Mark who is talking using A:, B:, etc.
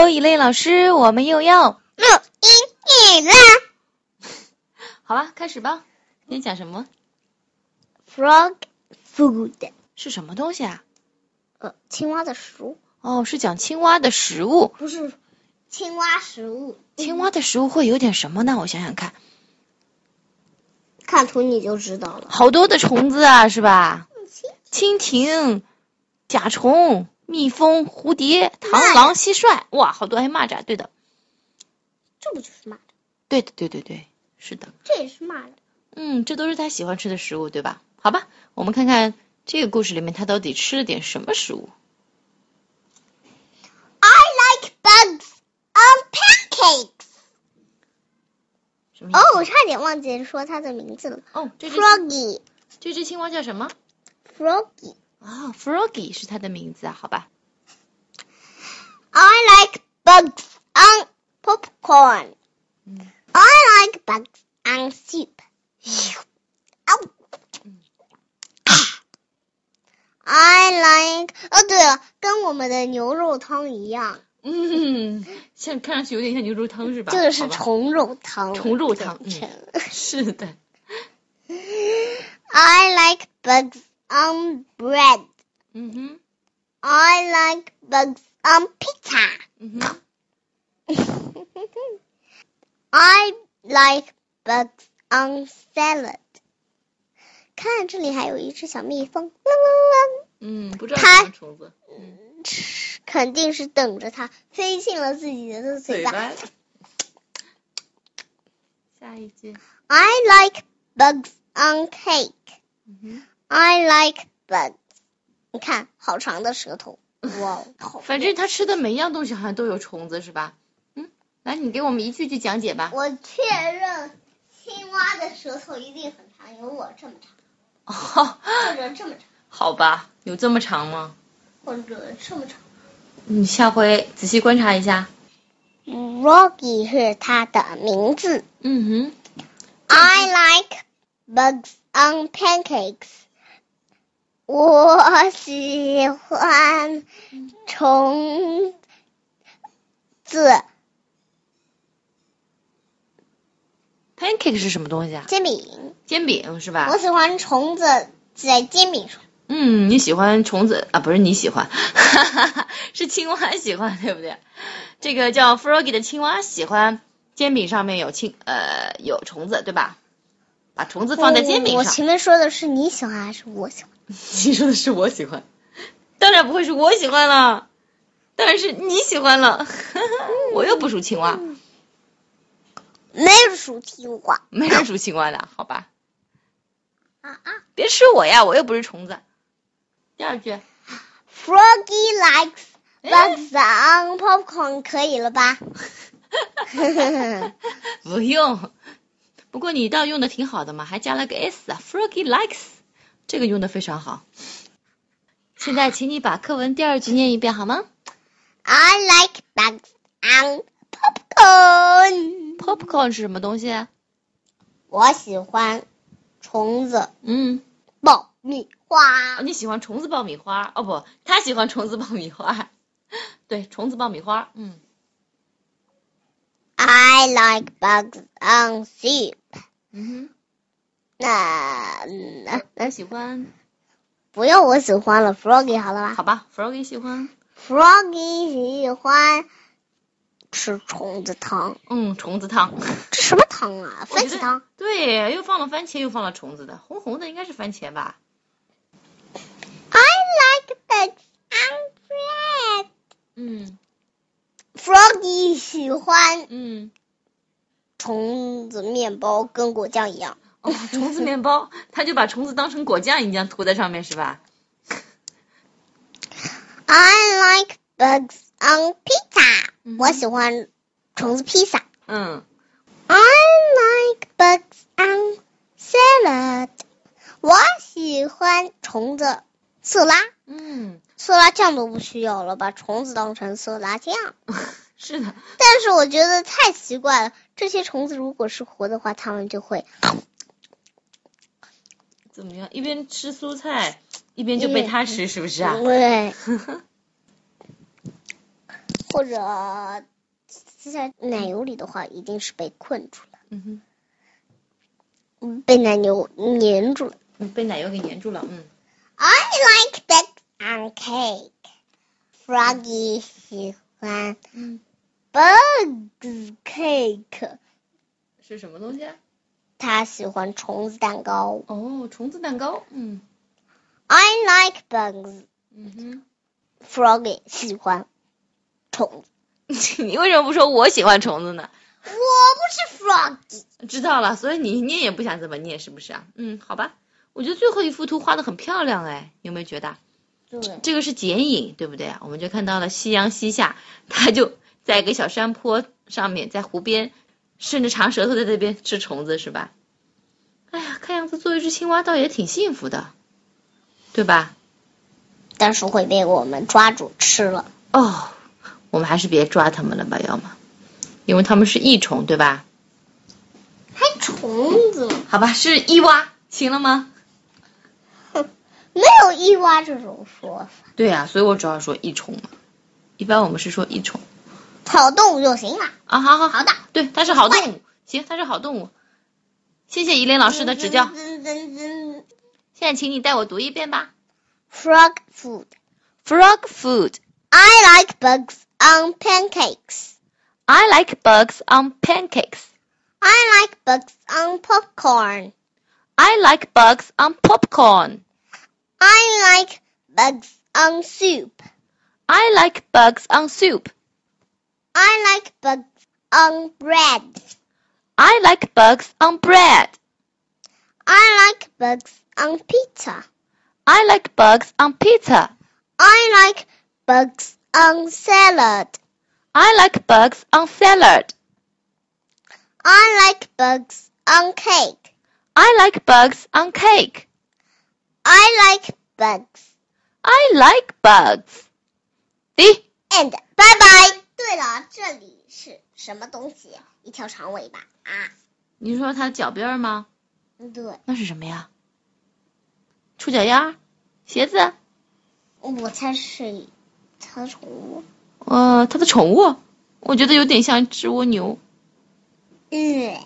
A: 周以类老师，我们又要
B: 录音日啦
A: 好吧，开始吧。今天讲什么？
B: ，frog food，
A: 是什么东西啊？
B: 呃，青蛙的食物，
A: 哦，是讲青蛙的食物。
B: 不是青蛙食物。
A: 青蛙的食物会有点什么呢？我想想看，
B: 看图你就知道了。
A: 好多的虫子啊，是吧？蜻蜓、甲虫、蜜蜂、蝴蝶、螳螂、蟋蟀，哇，好多还有蚂蚱。对的，
B: 这不就是蚂蚱？
A: 对的，对对对，是的。
B: 这也是蚂蚱。
A: 嗯，这都是他喜欢吃的食物，对吧？好吧，我们看看这个故事里面他到底吃了点什么食物。
B: I like bugs on pancakes。
A: 什么意
B: 哦
A: 思？，
B: 我差点忘记说它的名字了。
A: 哦，这只
B: Froggy，Froggy，
A: 这只青蛙叫什么？啊、f r o g g y 是它的名字啊，好吧。
B: I like bugs on popcorn.
A: Mm.
B: I like bugs on soup. Ow. I like，哦对了，跟我们的牛肉汤一样，
A: 嗯，像看上去有点像牛肉汤是吧？
B: 这个是
A: 好吧
B: 虫肉汤。
A: 虫肉汤嗯
B: 成
A: 是的，
B: I like bugs on bread.
A: 嗯哼，
B: I like bugs on pizza.
A: 嗯哼，
B: I like bugs on salad. 看，这里还有一只小蜜蜂，嗡嗡
A: 嗯，不知道
B: 它
A: 什么虫子，
B: 嗡，吃肯定是等着它飞进了自己的嘴
A: 嘴
B: 巴。
A: 巴。下一句，
B: I like bugs on cake.
A: 嗯
B: I like bugs. 你看，好长的舌头，哇，哦 好
A: 哼，反正他吃的每一样东西好像都有虫子是吧？嗯，来，你给我们一句句讲解吧。
B: 我确认青蛙的舌头一定很长，有我这么
A: 哦，
B: 长，或者这么长，
A: 好吧，有这么长吗？
B: 或者这么长。
A: 你下回仔细观察一下。
B: Rocky 是它的名字。
A: 嗯
B: I like bugs on pancakes。我喜欢虫子
A: 哼，pancake 是什么东西啊？
B: 煎饼，
A: 煎饼是吧
B: 我？喜欢虫子在煎饼上。
A: 嗯，你喜欢虫子啊？不是你喜欢， 是青蛙喜欢，对不对？这个叫 Froggy 的青蛙喜欢煎饼上面有青呃有虫子，对吧？把虫子放在煎饼
B: 我
A: 上。
B: 前面说的是你喜欢还是我喜欢？
A: 哦你说的是我喜欢，当然不会是我喜欢了，当然是你喜欢了。 我又不属青蛙，
B: 没有属青蛙
A: 没人属青蛙的，好吧？
B: 啊啊
A: 别吃我呀，我又不是虫子。第二句，
B: ！Froggy likes bugs on popcorn，可以了 吧？
A: 不用。不过你倒用的挺好的嘛，还加了个 s 啊，Froggy likes，这个用的非常好。现在，请你把课文第二句念一遍好吗
B: I like bugs on popcorn。
A: ？Popcorn 是什么东西？啊
B: 我喜欢虫子、
A: 嗯，
B: 爆米花
A: 哦，。你喜欢虫子爆米花？哦不，他喜欢虫子爆米花。 对，虫子爆米花。嗯，
B: I like bugs on soup。
A: 嗯
B: 那、那
A: 哼，我喜欢。
B: 不用我喜欢了，Froggy 好了吧
A: 好吧，Froggy 喜欢。
B: ？Froggy 喜欢吃虫子汤，
A: 嗯，虫子汤。
B: 这什么汤啊？
A: 我觉
B: 番
A: 得
B: 茄汤。
A: 对，又放了番茄，又放了虫子的，红红的应该是番茄吧？
B: I like bugs on bread。
A: 嗯
B: Froggy 喜欢
A: 嗯。
B: 虫子面包，跟果酱一样。
A: 哦，虫子面包，他就把虫子当成果酱一样涂在上面，是吧？
B: I like bugs on pizza.
A: 嗯
B: 我喜欢虫子披萨。
A: 嗯，
B: I like bugs on salad. 我喜欢虫子色拉，
A: 嗯，
B: 色拉酱都不需要了，把虫子当成色拉酱。
A: 是的，
B: 但是我觉得太奇怪了，这些虫子如果是活的话，它们就会
A: 怎么样？一边吃蔬 菜，一边就被它吃，是不是啊？
B: 对。或者在奶油里的话，一定是被困住了，
A: 嗯哼
B: 嗯被奶油粘住了。
A: 嗯，被奶油给粘住了，嗯。
B: I like duck on cake. Froggy 喜欢
A: 嗯
B: bug cake，
A: 是什么东西啊？
B: 他喜欢虫子蛋糕。
A: 哦，虫子蛋糕，嗯
B: I like bugs.
A: 嗯哼。
B: Froggy 喜欢虫子。
A: 你为什么不说我喜欢虫子呢？
B: 我不是 Froggy。
A: 知道了，所以你念也不想怎么念，是不是啊？嗯，好吧。我觉得最后一幅图画的很漂亮，哎，有没有觉得啊？
B: 对，
A: 这个是剪影，对不对？我们就看到了夕阳西下，它就在一个小山坡上面，在湖边伸着长舌头在那边吃虫子，是吧？哎呀，看样子做一只青蛙倒也挺幸福的，对吧？
B: 但是会被我们抓住吃了。
A: 哦，我们还是别抓它们了吧，要么，因为它们是益虫，对吧？
B: 还虫子？
A: 好吧，是益蛙，行了吗？
B: 没有一蛙这种说法，
A: 对呀、所以我主要说益虫嘛。一般我们是说益虫
B: 草动物就行了。
A: 啊，好好好
B: 好的，
A: 对，它是好动物，行，它是好动物。谢谢怡琳老师的指教。现在请你带我读一遍吧。
B: Frog food.
A: Frog food.
B: I like bugs on pancakes.
A: I like bugs on pancakes.
B: I like bugs on popcorn.
A: I like bugs on popcorn.
B: I like bugs on soup.
A: I like bugs on soup.
B: I like bugs on bread.
A: I like bugs on bread.
B: I like bugs on pizza.
A: I like bugs on pizza.
B: I like bugs on salad.
A: I like bugs on salad.
B: I like bugs on cake.
A: I like bugs on cake.
B: I like bugs.
A: I like bugs. 第
B: And bye bye. 对了，这里是什么东西？啊一条长尾巴啊？
A: 你说它脚边儿吗？
B: 对，
A: 那是什么呀？触脚丫儿、鞋子，
B: 我猜是一条宠物。
A: 呃，它的宠 物，我觉得有点像一只蜗牛。
B: 嗯。